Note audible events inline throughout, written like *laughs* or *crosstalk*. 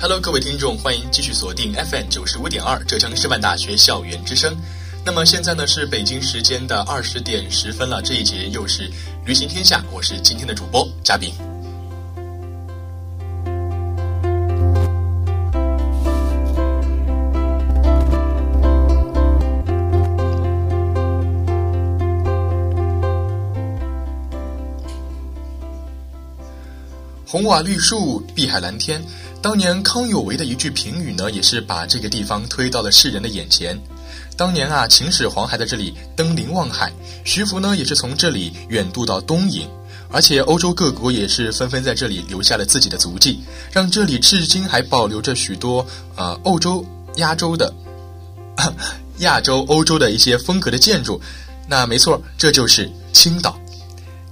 Hello，各位听众，欢迎继续锁定 FM 九十五点二浙江师范大学校园之声。那么现在呢是北京时间的二十点十分了，这一节又是旅行天下，我是今天的主播嘉宾。红瓦绿树，碧海蓝天。当年康有为的一句评语呢，也是把这个地方推到了世人的眼前。当年啊，秦始皇还在这里登临望海，徐福呢也是从这里远渡到东瀛，而且欧洲各国也是纷纷在这里留下了自己的足迹，让这里至今还保留着许多呃欧洲、亚洲的、 *coughs* 亚洲、欧洲的一些风格的建筑。那没错，这就是青岛。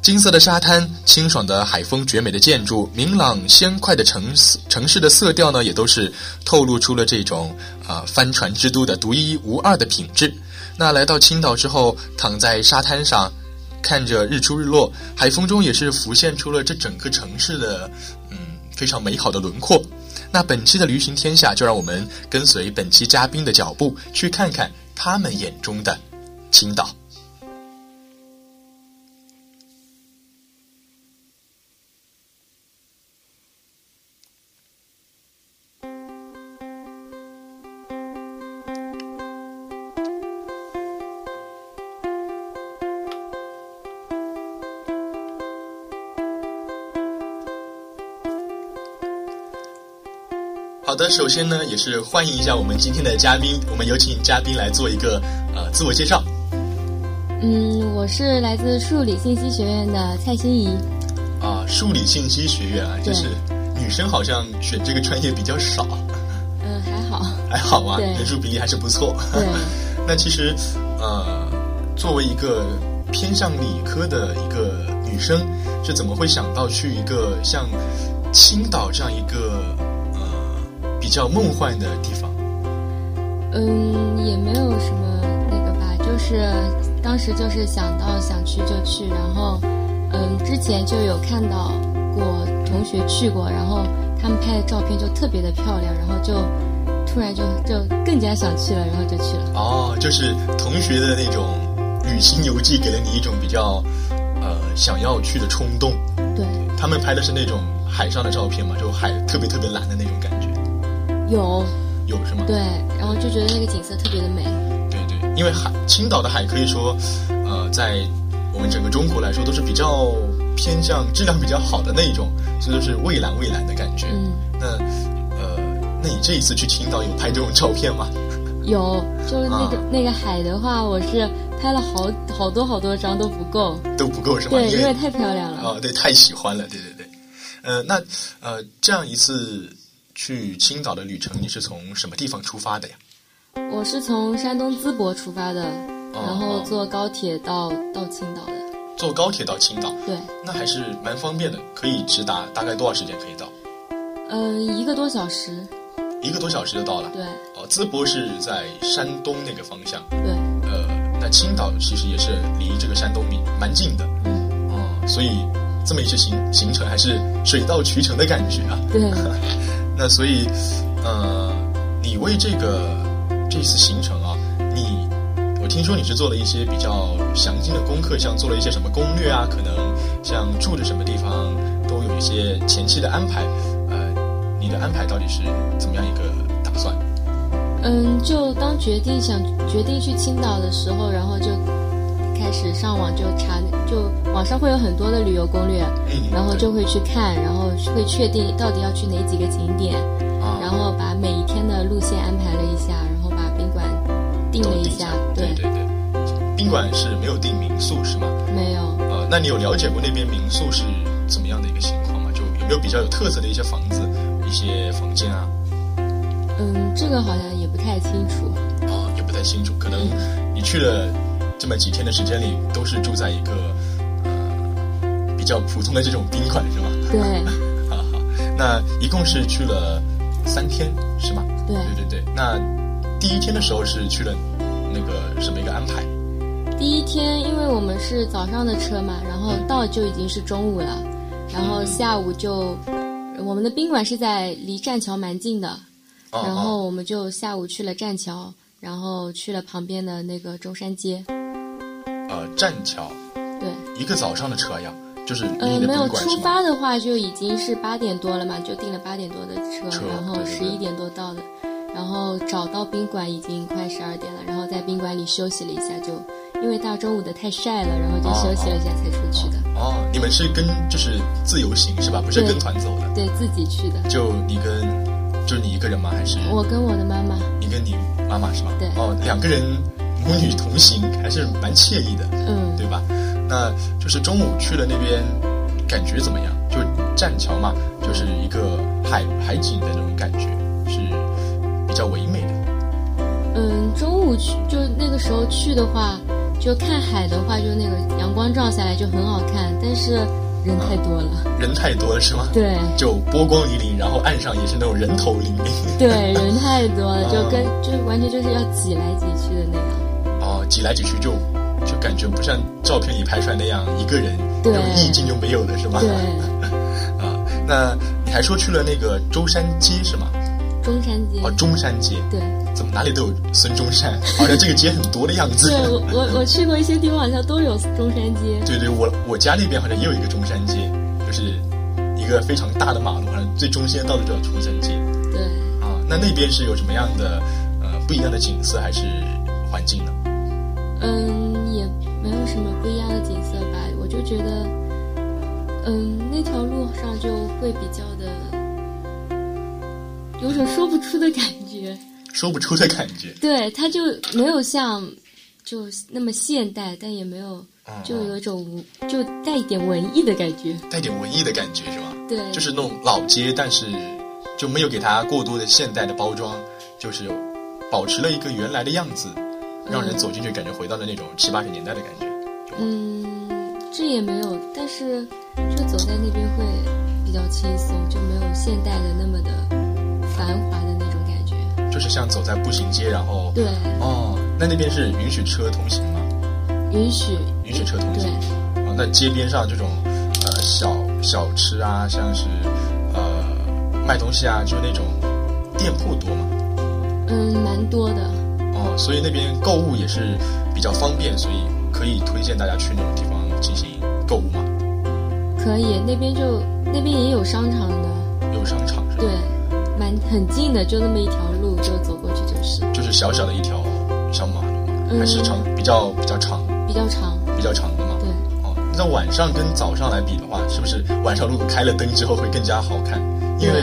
金色的沙滩、清爽的海风、绝美的建筑、明朗欢快的城城市的色调呢，也都是透露出了这种啊、呃、帆船之都的独一无二的品质。那来到青岛之后，躺在沙滩上，看着日出日落，海风中也是浮现出了这整个城市的嗯非常美好的轮廓。那本期的旅行天下，就让我们跟随本期嘉宾的脚步，去看看他们眼中的青岛。好的，首先呢，也是欢迎一下我们今天的嘉宾，我们有请嘉宾来做一个呃自我介绍。嗯，我是来自数理信息学院的蔡欣怡。啊，数理信息学院啊，就是女生好像选这个专业比较少，嗯，还好。还好啊，对人数比例还是不错。 *laughs* 对， *laughs* 那其实呃，作为一个偏向理科的一个女生，是怎么会想到去一个像青岛这样一个呃比较梦幻的地方？嗯，也没有什么那个吧，就是当时就是想到想去就去，然后嗯，之前就有看到过同学去过，然后他们拍的照片就特别的漂亮，然后就突然就就更加想去了，然后就去了。哦，就是同学的那种旅行游记，给了你一种比较呃想要去的冲动。对，他们拍的是那种海上的照片嘛，就海特别特别蓝的那种感觉，有有是吗？对，然后就觉得那个景色特别的美。对对，因为海青岛的海可以说，呃，在我们整个中国来说都是比较偏向质量比较好的那一种，所以就是蔚蓝蔚蓝的感觉。嗯。那呃，那你这一次去青岛有拍这种照片吗？有，就是那个、啊那个海的话，我是拍了好好多好多张都不够。都不够是吗？对，因因为为太漂亮了。哦，对，太喜欢了，对对对。呃，那呃，这样一次去青岛的旅程，你是从什么地方出发的呀？我是从山东淄博出发的，然后坐高铁到到青岛的。坐高铁到青岛，对，那还是蛮方便的，可以直达，大概多少时间可以到？嗯，一个多小时。一个多小时就到了。对哦，淄博是在山东那个方向，对，呃，那青岛其实也是离这个山东比蛮近的，嗯，哦、所以这么一次行行程还是水到渠成的感觉啊。对，那所以，呃，你为这个这次行程啊，你我听说你是做了一些比较详尽的功课，像做了一些什么攻略啊，可能像住的什么地方都有一些前期的安排。呃，你的安排到底是怎么样一个打算？嗯，就当决定想决定去青岛的时候，然后就开始上网就查，就网上会有很多的旅游攻略，嗯然后就会去看，然后会确定到底要去哪几个景点，啊，然后把每一天的路线安排了一下，然后把宾馆定了一下，对对对，宾馆是没有订民宿是吗？没有。呃，那你有了解过那边民宿是怎么样的一个情况吗？就有没有比较有特色的一些房子、一些房间啊？嗯，这个好像也不太清楚。哦，也不太清楚，可能你去了这么几天的时间里，都是住在一个呃比较普通的这种宾馆是吗？ *laughs* 对，好好，那一共是去了三天是吗？对对对对，那第一天的时候是去了那个什么一个安排？第一天因为我们是早上的车嘛，然后到就已经是中午了，然后嗯下午就我们的宾馆是在离栈桥蛮近的，哦然哦后我们就下午去了栈桥，然后去了旁边的那个中山街。呃栈桥，对，一个早上的车呀，就是离呃，你的没有宾馆出是吗？发的话就已经是八点多了嘛，就订了八点多的车，车然后对对十对一点多到的，然后找到宾馆已经快十二点了，然后在宾馆里休息了一下就，因为大中午的太晒了，然后就休息了一下才出去的，哦，你们是跟就是自由行是吧？不是对跟团走的？对自己去的，就你跟就你一个人吗？还是我跟我的妈妈，你跟你妈妈是吧？对哦，两个人母女同行还是蛮惬意的，嗯，对吧？那就是中午去了那边，感觉怎么样？就栈桥嘛，就是一个海海景的那种感觉，是比较唯美的。嗯，中午去就那个时候去的话，就看海的话，就那个阳光照下来就很好看，但是人太多了，人太多了是吗？对。就波光粼粼，然后岸上也是那种人头林立。 *laughs* 对，人太多了，啊就跟就完全就是要挤来挤去的那样。哦，挤来挤去就就感觉不像照片里拍出来那样一个人那对种意境就没有了是吗？对，啊，那你还说去了那个舟山街是吗？中山街。哦，中山街，对，怎么哪里都有孙中山？好像这个街很多的样子对。我我我去过一些地方，好像都有中山街。对对，我我家那边好像也有一个中山街，就是一个非常大的马路，好像最中间道路叫中山街对，啊。那那边是有什么样的呃不一样的景色还是环境呢？嗯，也没有什么不一样的景色吧。我就觉得，嗯，那条路上就会比较的，有种说不出的感觉。说不出的感觉。对，它就没有像就那么现代，但也没有嗯就有一种文就带一点文艺的感觉。带点文艺的感觉是吧？对，就是那种老街，但是就没有给它过多的现代的包装，就是保持了一个原来的样子，让人走进去感觉回到了那种七八十年代的感觉。嗯，这也没有，但是就走在那边会比较轻松，就没有现代的那么的繁华的那种感觉。就是像走在步行街，然后对，哦，那那边是允许车通行吗？允许，允许车通对行。哦，那街边上这种呃小小吃啊，像是呃卖东西啊，就那种店铺多吗？嗯，蛮多的。哦，所以那边购物也是比较方便，所以可以推荐大家去那种地方进行购物嘛。可以，那边就那边也有商场的，有商场是吧？对，蛮很近的，就那么一条路，就走过去就是，就是小小的一条小马路嘛，嗯还是长比较比较长比较长。比较长的嘛。对，哦，那晚上跟早上来比的话，是不是晚上如果开了灯之后会更加好看？因为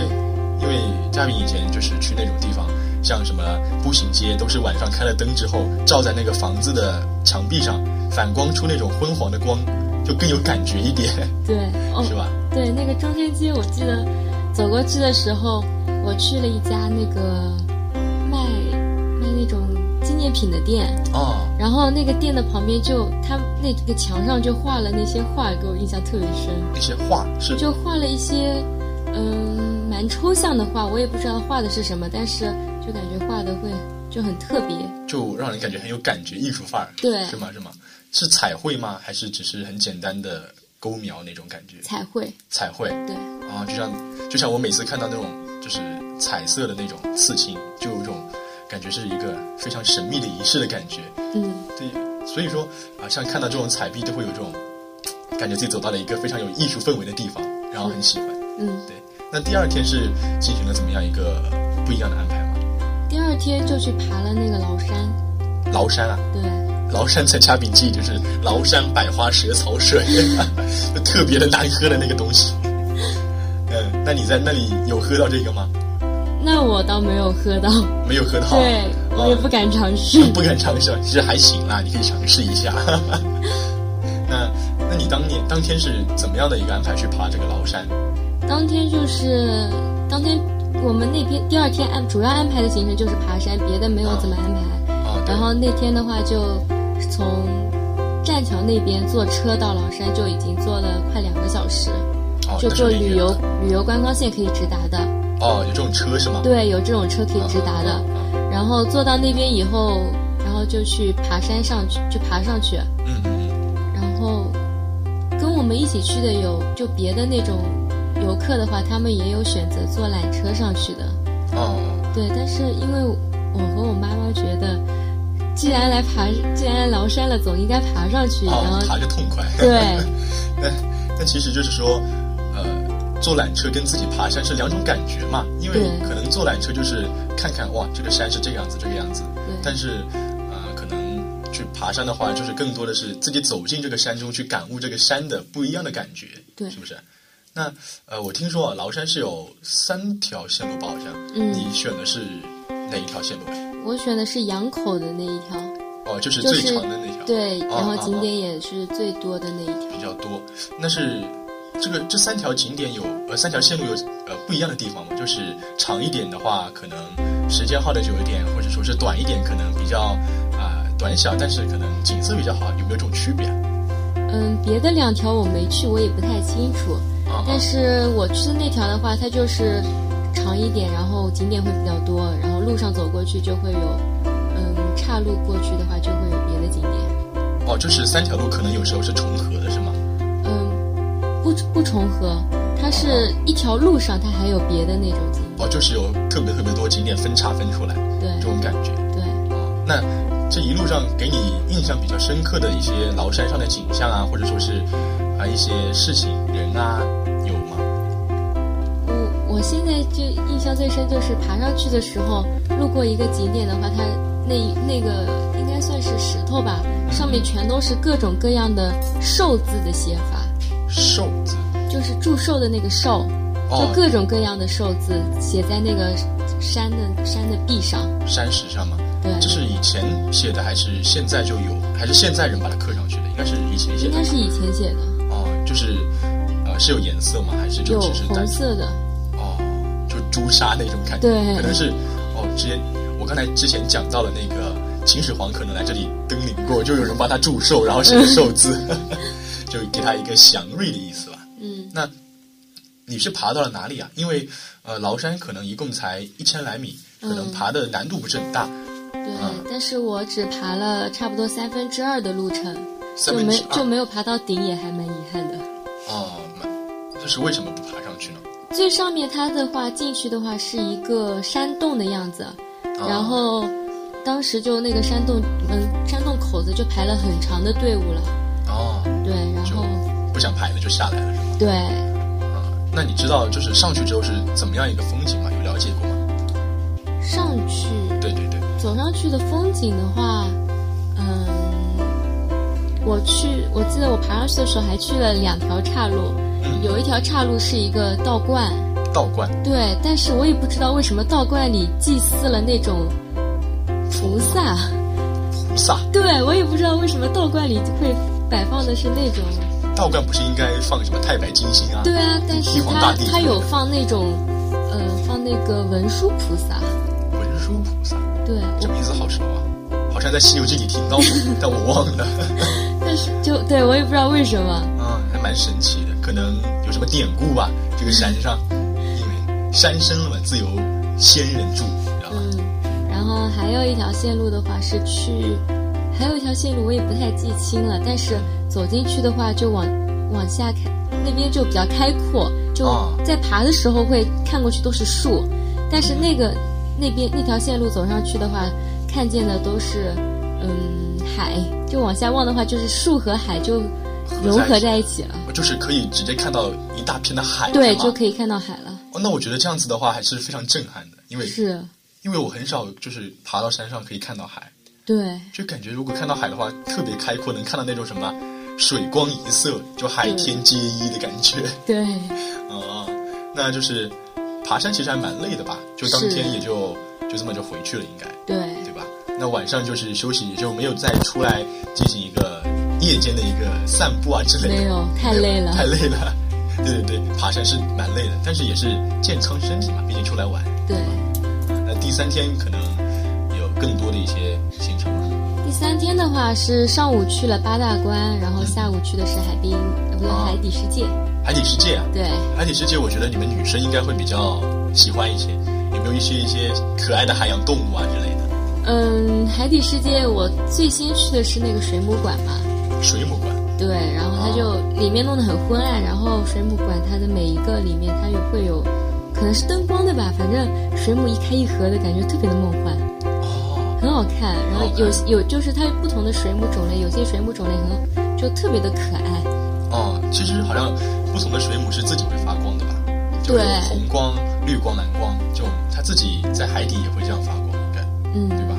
因为嘉宾以前就是去那种地方，像什么步行街，都是晚上开了灯之后照在那个房子的墙壁上，反光出那种昏黄的光，就更有感觉一点，对，哦，是吧？对，那个中山街，我记得走过去的时候，我去了一家那个卖卖那种纪念品的店，哦。然后那个店的旁边就他那个墙上就画了那些画，给我印象特别深，那些画是就画了一些嗯蛮抽象的画，我也不知道画的是什么，但是就感觉画的会就很特别。就让人感觉很有感觉，艺术范儿，对是吗？是吗？是彩绘吗？还是只是很简单的勾描那种感觉？彩绘，彩绘对，啊，就像就像我每次看到那种就是彩色的那种刺青，就有一种感觉是一个非常神秘的仪式的感觉。嗯，对，所以说啊，像看到这种彩壁，就会有这种感觉自己走到了一个非常有艺术氛围的地方，然后很喜欢。嗯，对，那第二天是进行了怎么样一个不一样的安排吗？第二天就去爬了那个崂山，崂山啊，对，崂山在嘉饼记就是崂山百花蛇草水， *laughs* 就特别的难喝的那个东西。嗯，那你在那里有喝到这个吗？那我倒没有喝到，没有喝到，对我也不敢尝试。不敢尝试，其实还行啦，你可以尝试一下。 *laughs* 那那你当年当天是怎么样的一个安排去爬这个崂山？当天就是当天我们那天第二天安主要安排的行程就是爬山，别的没有怎么安排。啊，对然后那天的话就从栈桥那边坐车到崂山就已经坐了快两个小时，哦，就那坐是连旅云游的旅游观光线可以直达的。哦，有这种车是吗？对，有这种车可以直达的。啊然后坐到那边以后，然后就去爬山上去，就爬上去。嗯嗯然后跟我们一起去的有，就别的那种游客的话，他们也有选择坐缆车上去的。嗯，哦，对，但是因为我和我妈妈觉得，既然来爬，既然来崂山了，总应该爬上去。然哦，后爬着痛快。对，那那其实就是说，呃，坐缆车跟自己爬山是两种感觉嘛，因为对可能坐缆车就是看看哇，这个山是这个样子，这个样子，但是呃，可能去爬山的话，就是更多的是自己走进这个山中去感悟这个山的不一样的感觉，对是不是？那呃，我听说啊，崂山是有三条线路吧？好像，嗯你选的是哪一条线路？我选的是羊口的那一条，哦，就是就最是长的那条，对，哦然后哦景哦点也是最多的那一条。比较多。那是这个这三条景点有呃三条线路有呃不一样的地方吗？就是长一点的话，可能时间耗的久一点，或者说是短一点，可能比较啊、呃短小，但是可能景色比较好，有没有这种区别啊？嗯，别的两条我没去，我也不太清楚。啊但是我去的那条的话，它就是长一点，然后景点会比较多，然后路上走过去就会有，嗯，岔路过去的话就会有别的景点，哦，就是三条路可能有时候是重合的，是吗？嗯，不不重合，它是一条路上它还有别的那种景哦，就是有特别特别多景点分叉分出来点，对这种感觉。对，哦，那这一路上给你印象比较深刻的一些崂山上的景象啊，或者说是啊一些事情、人啊，有吗？我我现在就印象最深就是爬上去的时候，路过一个景点的话，它那那个应该算是石头吧，上面全都是各种各样的“寿”字的写法，瘦子。就是祝寿的那个“寿”，哦就各种各样的“寿”字写在那个山的山的壁上。山石上吗？对，这是以前写的，还是现在就有？还是现在人把它刻上去的？应该是以前写应的该是以前写的，哦，就是呃是有颜色吗？还是就有只是红单色的，哦，就朱砂那种感觉？对可能是哦，之前我刚才之前讲到了那个秦始皇可能来这里登临过，就有人帮他祝寿，然后写个寿字， *laughs* 就给他一个祥瑞的意思吧。嗯，那你是爬到了哪里啊？因为呃崂山可能一共才一千来米，可能嗯爬的难度不是很大，对嗯。但是我只爬了差不多三分之二的路程，三就分没之二啊就没有爬到顶，也还蛮遗憾的。哦，那这是为什么不爬上去呢？最上面它的话进去的话是一个山洞的样啊子，然后当时就那个山洞，嗯，山洞口子就排了很长的队伍了，哦，对，然就后不想排了就下来了是吗？对，啊，那你知道就是上去之后是怎么样一个风景吗？有了解过吗？上去对对对，走上去的风景的话，嗯，我去，我记得我爬上去的时候还去了两条岔路，嗯，有一条岔路是一个道观，道观对，但是我也不知道为什么道观里祭祀了那种菩萨。菩萨，对，我也不知道为什么道观里会摆放的是那种。道观不是应该放什么太白金星啊？对啊，但是玉皇它大帝它有放那种，呃，放那个文殊菩萨。文殊菩萨，对，这我名字好熟啊，好像在《西游记》里听到 *laughs* 过，但我忘了。但是就对我也不知道为什么。嗯，还蛮神奇的，可能有什么典故吧？这个山上，因为山深了嘛，自有仙人住，你知道吗？嗯，然后还有一条线路的话是去，还有一条线路我也不太记清了，但是走进去的话就往往下看，那边就比较开阔，就哦在爬的时候会看过去都是树，但是那个那边那条线路走上去的话，看见的都是嗯海，就往下望的话就是树和海就融合在一起了，就是可以直接看到一大片的海，对，是吗就可以看到海了，哦，那我觉得这样子的话还是非常震撼的，因为是，因为我很少就是爬到山上可以看到海，对。就感觉如果看到海的话，特别开阔，能看到那种什么水光一色，就海天皆一的感觉 *laughs* 哦对，啊、那就是爬山其实还蛮累的吧？就当是天也就就这么就回去了，应该对对吧？那晚上就是休息，也就没有再出来进行一个夜间的一个散步啊之类的。没有太累了太累了。 *laughs* 对对对，爬山是蛮累的，但是也是健康身体嘛，毕竟出来玩。对。那第三天可能有更多的一些行程了。第三天的话是上午去了八大关，然后下午去的是海滨，呃不对，啊海底世界。海底世界啊，对，海底世界，我觉得你们女生应该会比较喜欢一些。有没有一些一些可爱的海洋动物啊之类的？嗯，海底世界我最先去的是那个水母馆嘛，水母馆对，然后它就里面弄得很昏暗，然后水母馆它的每一个里面它又会有，可能是灯光的吧，反正水母一开一合的感觉特别的梦幻，哦，很好看。然后有有就是它不同的水母种类，有些水母种类很就特别的可爱，哦，其实好像不同的水母是自己会发光的吧？就有对红光、绿光、蓝光，就它自己在海底也会这样发光，应该对嗯，吧？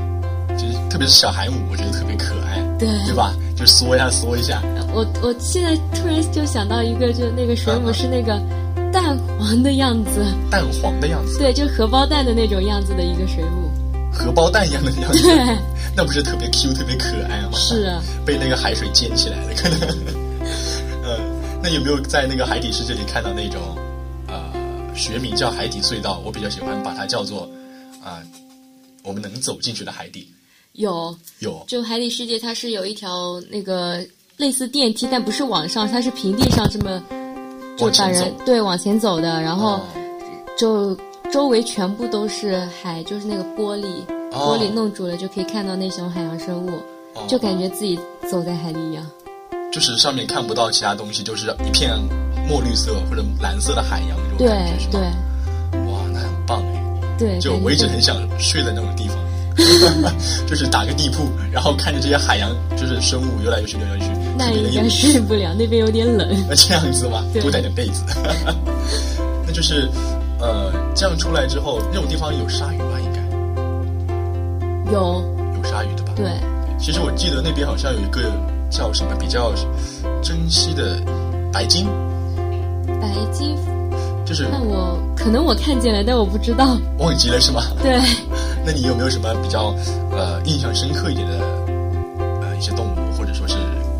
就是特别是小海母，我觉得特别可爱，对。对吧？就缩一下缩一下，我我现在突然就想到一个，就那个水母嗯是那个蛋黄的样子，蛋黄的样子，对，就荷包蛋的那种样子的一个水母。荷包蛋一样的样子，对，那不是特别 Q 特别可爱吗？是啊， *laughs* 被那个海水溅起来了，可能。 *laughs* 呃，那有没有在那个海底世界里看到那种，呃，学名叫海底隧道？我比较喜欢把它叫做，啊、我们能走进去的海底。有，有就海底世界它是有一条那个类似电梯，但不是往上，它是平地上这么就往把前人走对往前走的，然后哦就周围全部都是海，就是那个玻璃哦玻璃弄住了，就可以看到那种海洋生物，哦就感觉自己走在海里一样。就是上面看不到其他东西，就是一片墨绿色或者蓝色的海洋那种对感觉，是吗？对哇，那很棒哎！对，就感觉我一直自己很想睡在那种 *laughs* 地方，就是打个地铺，然后看着这些海洋，就是生物游来游去，游来游去，那特别的应有该睡不了，那边有点冷。那这样子吧，对多带点被子。 *laughs* 那就是，呃，这样出来之后，那种地方有鲨鱼吧？应该有，有鲨鱼的吧？。对，其实我记得那边好像有一个叫什么比较珍稀的白鲸，白金，就是但我可能我看见了，但我不知道。忘记了是吗？对，那你有没有什么比较呃印象深刻一点的呃一些动物，或者说是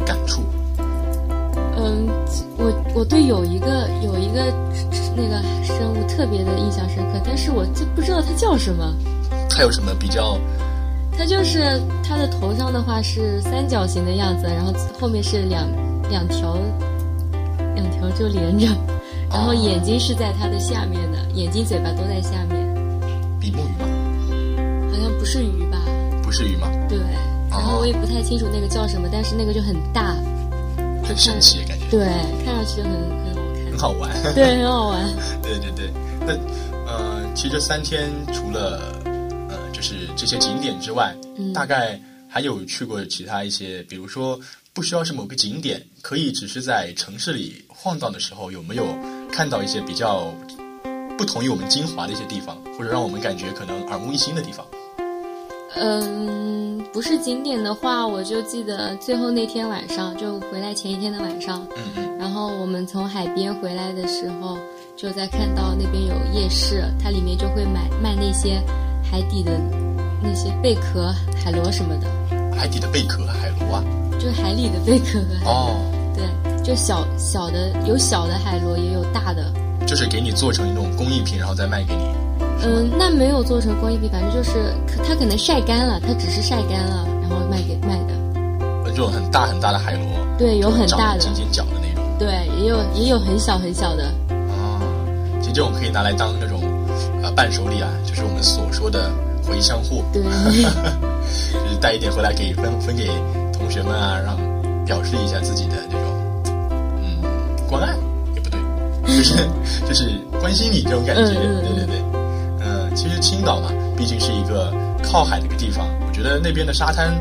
感触？ *laughs* 嗯，我我对有一个有一个那个生物特别的印象深刻，但是我就不知道它叫什么。它有什么比较它就是它的头上的话是三角形的样子，然后后面是两两条两条就连着，然后哦眼睛是在它的下面的，眼睛嘴巴都在下面，比目鱼吗？好像不是鱼吧？不是鱼吗？对，然后我也不太清楚那个叫什么，但是那个就很大，很神奇，感觉对，看上去就很很好很好玩。 *laughs* 看，对， *laughs* 很好玩。对对对，那呃，其实这三天除了呃，就是这些景点之外，嗯大概还有去过其他一些，比如说不需要是某个景点，可以只是在城市里晃荡的时候，有没有看到一些比较不同于我们金华的一些地方，或者让我们感觉可能耳目一新的地方？嗯，不是景点的话，我就记得最后那天晚上，就回来前一天的晚上，嗯嗯，然后我们从海边回来的时候，就在看到那边有夜市，它里面就会买卖那些海底的那些贝壳、海螺什么的，海底的贝壳、海螺啊，就海里的贝壳 *laughs* 和海螺，哦，对，就小小的有小的海螺，也有大的。就是给你做成一种工艺品，然后再卖给你。嗯，那没有做成工艺品，反正就是可它可能晒干了，它只是晒干了，然后卖给卖的。呃这种很大很大的海螺，对，有很长得大的尖，尖角的那种。对，也有也有很小很小的，哦，其实这种可以拿来当那种呃伴手礼啊，就是我们所说的回乡货，对， *laughs* 就是带一点回来给分分给同学们啊，让表示一下自己的这种嗯关爱也不对， *laughs* 就是就是关心你这种感觉，嗯嗯对对对。呃，其实青岛嘛，毕竟是一个靠海的一个地方，我觉得那边的沙滩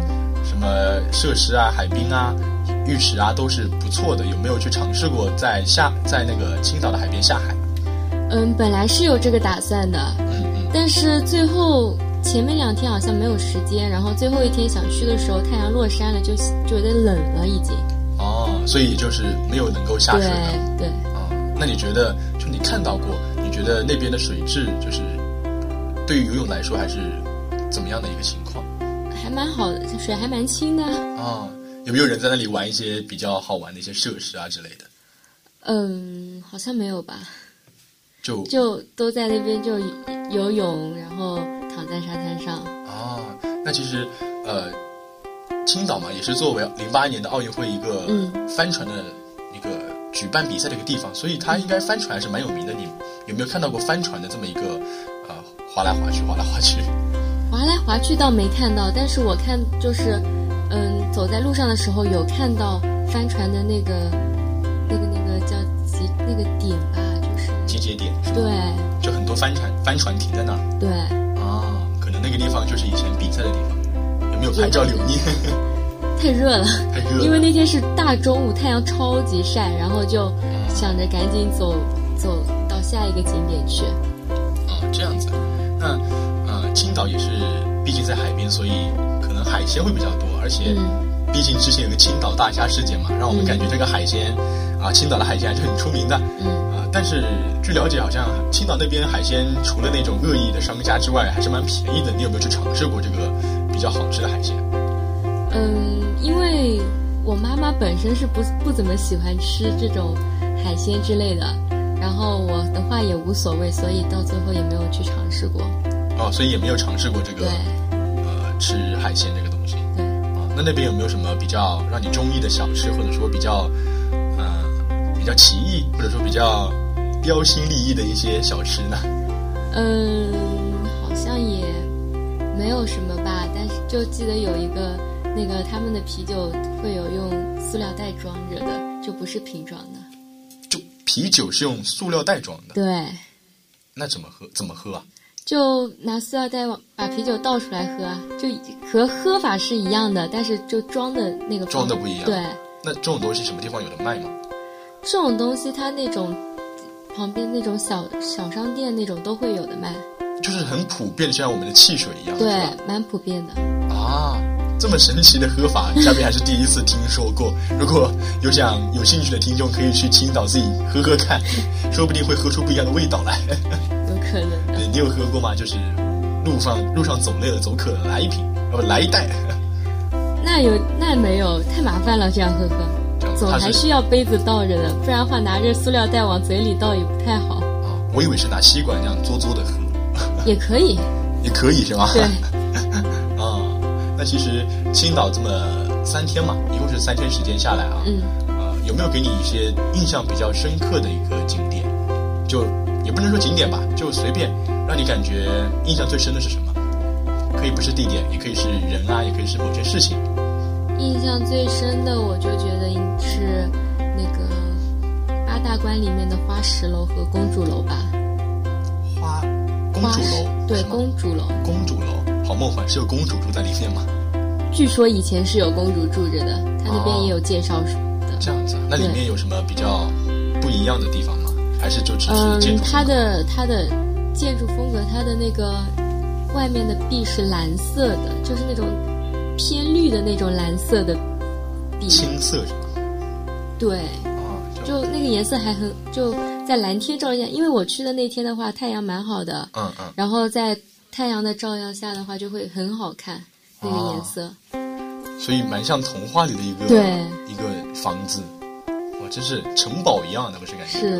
什么设施啊、海滨啊、浴池啊都是不错的。有没有去尝试过在下在那个青岛的海边下海？嗯，本来是有这个打算的，嗯嗯。但是最后前面两天好像没有时间，然后最后一天想去的时候，太阳落山了，就就有点冷了已经。哦，所以就是没有能够下水对的。对，啊、那你觉得，就你看到过，你觉得那边的水质就是对于游泳来说还是怎么样的一个情况还蛮好的，水还蛮清的。啊？有没有人在那里玩一些比较好玩的一些设施啊之类的？嗯，好像没有吧，就就都在那边就游泳，然后躺在沙滩上。啊，那其实呃，青岛嘛，也是作为零八年的奥运会一个嗯帆船的一个举办比赛的一个地方，所以它应该帆船还是蛮有名的。你有没有看到过帆船的这么一个呃划来划去、划来划去？划来划去倒没看到，但是我看就是，嗯，走在路上的时候有看到帆船的那个、那个、那个叫集那个点吧，就是集结点是吧对就很多帆船帆船停在那儿对，啊，可能那个地方就是以前比赛的地方，有没有拍照留念？太热了，太热了，因为那天是大中午，太阳超级晒，然后就想着赶紧走走到下一个景点去。啊、这样子，那呃青岛也是，毕竟在海边，所以可能海鲜会比较多，而且、嗯，毕竟之前有个青岛大虾事件嘛，让我们嗯感觉这个海鲜啊，青岛的海鲜还是很出名的。嗯啊，但是据了解，好像青岛那边海鲜除了那种恶意的商家之外，还是蛮便宜的。你有没有去尝试过这个比较好吃的海鲜？嗯，因为我妈妈本身是不不怎么喜欢吃这种海鲜之类的，然后我的话也无所谓，所以到最后也没有去尝试过。哦，所以也没有尝试过这对个呃吃海鲜这个东西对，啊。那那边有没有什么比较让你中意的小吃，或者说比较呃比较奇异，或者说比较标新立异的一些小吃呢？ *laughs* 嗯，好像也没有什么吧，但是就记得有一个那个他们的啤酒会有用塑料袋装着的，就不是瓶装的。就啤酒是用塑料袋装的，对，那怎么喝？怎么喝啊？就拿塑料袋往把啤酒倒出来喝啊，就和喝法是一样的，但是就装的那个装的不一样对，那这种东西什么地方有的卖吗？这种东西它那种旁边那种小小商店那种都会有的卖，就是很普遍，像我们的汽水一样，对是吧，蛮普遍的。啊，这么神奇的喝法，嘉宾还是第一次听说过。如果有想有兴趣的听众，可以去青岛自己喝喝看，说不定会喝出不一样的味道来。有可能的。对你有喝过吗？就是路上路上走累了，走渴了，来一瓶，要不来一袋。 *laughs* 啊那有那没有太麻烦了，这样喝喝，这样总它还是哦是要杯子倒着的，不然的话拿着塑料袋往嘴里倒也不太 *laughs* 好。啊，我以为是拿吸管这样嘬嘬的喝，也可以，也可以是吗？ *laughs* 对， *laughs* 啊，那其实青岛这么三天嘛，一共是三天时间下来啊，嗯，呃，有没有给你一些印象比较深刻的一个景点？就也不能说景点吧，就随便让你感觉印象最深的是什么？可以不是地点，也可以是人啊，也可以是某件事情。印象最深的我就觉得是那个八大关里面的花石楼和公主楼吧，花公花主石楼对是吗公主楼，公主楼，好梦幻，是有公主住在里面吗？据说以前是有公主住着的，它那边哦也有介绍的。这样子啊，那里对面有什么比较不一样的地方吗？还是就只是嗯建，筑风格？它的它的建筑风格，它的那个外面的壁是蓝色的，就是那种偏绿的那种蓝色的壁，青色是吗？对，啊，就就那个颜色还很就在蓝天照耀下，因为我去的那天的话太阳蛮好的，嗯嗯。然后在太阳的照耀下的话就会很好看那个颜色，所以蛮像童话里的一个对一个房子，哇，真是城堡一样的，不是感觉是。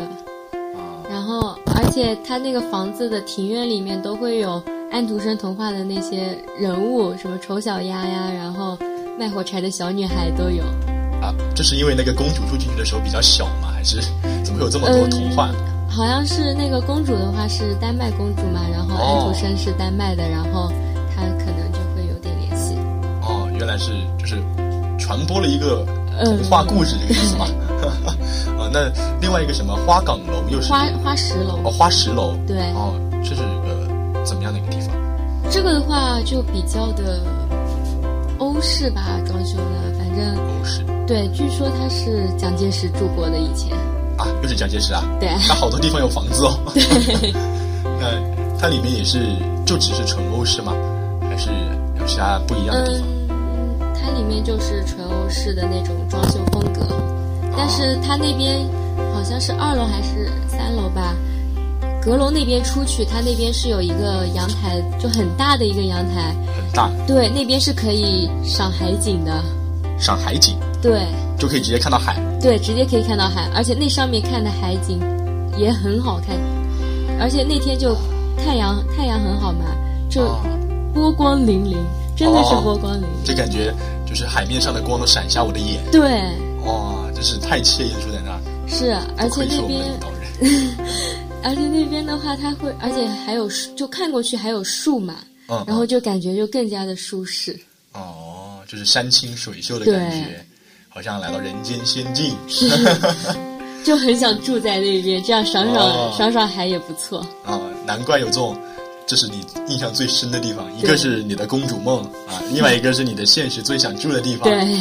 啊然后，而且它那个房子的庭院里面都会有安徒生童话的那些人物，什么丑小鸭呀，然后卖火柴的小女孩都有。啊！这是因为那个公主住进去的时候比较小吗？还是怎么会有这么多童话？好像是那个公主的话是丹麦公主嘛，然哦后安徒生是丹麦的，然后他可能就会有点联系。哦，原来是就是传播了一个呃嗯童话故事这个意思嘛。 *laughs* 啊，那另外一个什么花岗楼又是花花石楼，哦花石楼对哦，这是个怎么样的一个地方？这个的话就比较的欧式吧，装修的，反正哦是对，据说它是蒋介石住过的以前，啊，又是蒋介石啊，对。它好多地方有房子哦。 *laughs* 那它里面也是就只是纯欧式吗？还是有其他不一样的地方？嗯，它里面就是纯欧式的那种装修风格，但是它那边好像是二楼还是三楼吧，阁楼那边出去，它那边是有一个阳台，就很大的一个阳台，很大，对，那边是可以赏海景的，赏海景对就可以直接看到海。对，直接可以看到海，而且那上面看的海景也很好看，而且那天就太阳太阳很好嘛，就哦波光粼粼，真的是哦波光粼粼，这感觉就是海面上的光都闪瞎我的眼，对，哇，真是太惬意了，住在那儿。是，而且不愧是那我们边的 *laughs* 领导人，而且那边的话，它会，而且还有树，就看过去还有树嘛，嗯，然后就感觉就更加的舒适。哦，就是山清水秀的感觉，好像来到人间仙境。就很想住在那边，这样赏赏、哦赏赏海也不错。啊，难怪有这种，这是你印象最深的地方，一个对是你的公主梦 *laughs* 啊，另外一个是你的现实最想住的地方。对，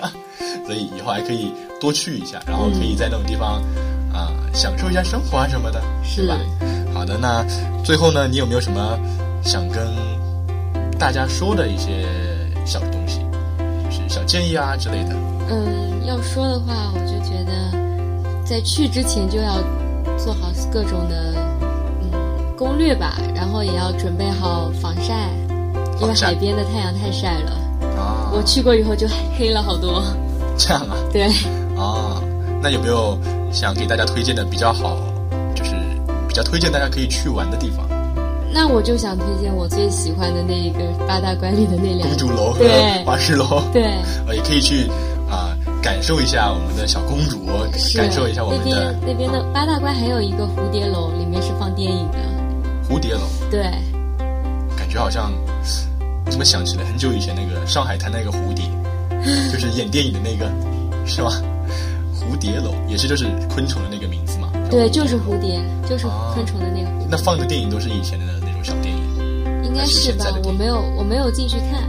*laughs* 所以以后还可以多去一下，然后可以在那种地方啊、享受一下生活啊什么的，是吧？好的，那最后呢，你有没有什么想跟大家说的一些小东西，就是小建议啊之类的？嗯，要说的话，我就觉得在去之前就要做好各种的嗯攻略吧，然后也要准备好防晒，因为防晒海边的太阳太晒了。啊我去过以后就黑了好多。这样啊，对，啊，那有没有想给大家推荐的比较好，就是比较推荐大家可以去玩的地方？那我就想推荐我最喜欢的那一个八大关里的那两公个。主楼和对花市楼，对。呃，也可以去啊、感受一下我们的小公主，是感受一下我们的那边那边的八大关还有一个蝴蝶楼，里面是放电影的。蝴蝶楼。对，感觉好像怎么想起了很久以前那个上海滩那个蝴蝶，就是演电影的那个，是吗？蝴蝶楼也是就是昆虫的那个名字嘛。对，就是蝴蝶，就是哦昆虫的那个蝴那放的电影都是以前的那种小电影蝶，应该那是吧是现在的电？影我没有，我没有进去看，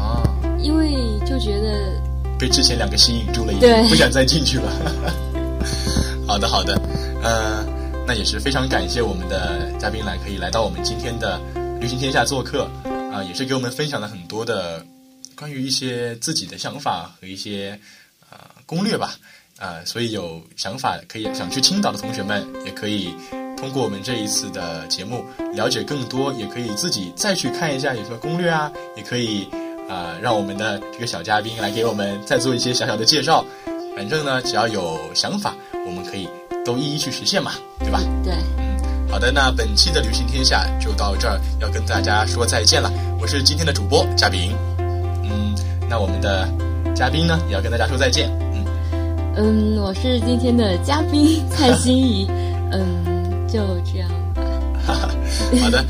啊，因为就觉得，被之前两个吸引住了，已经对不想再进去了。 *laughs* 好的，好的，呃，那也是非常感谢我们的嘉宾来可以来到我们今天的《旅行天下》做客啊、也是给我们分享了很多的关于一些自己的想法和一些呃攻略吧啊、所以有想法可以想去青岛的同学们也可以。通过我们这一次的节目了解更多，也可以自己再去看一下有什么攻略啊，也可以啊、让我们的这个小嘉宾来给我们再做一些小小的介绍。反正呢，只要有想法，我们可以都一一去实现嘛，对吧？对，好的，那本期的旅行天下就到这儿，要跟大家说再见了。我是今天的主播嘉宾，嗯，那我们的嘉宾呢也要跟大家说再见，嗯，嗯，我是今天的嘉 *laughs* 宾蔡欣怡，嗯，就这样吧。好的，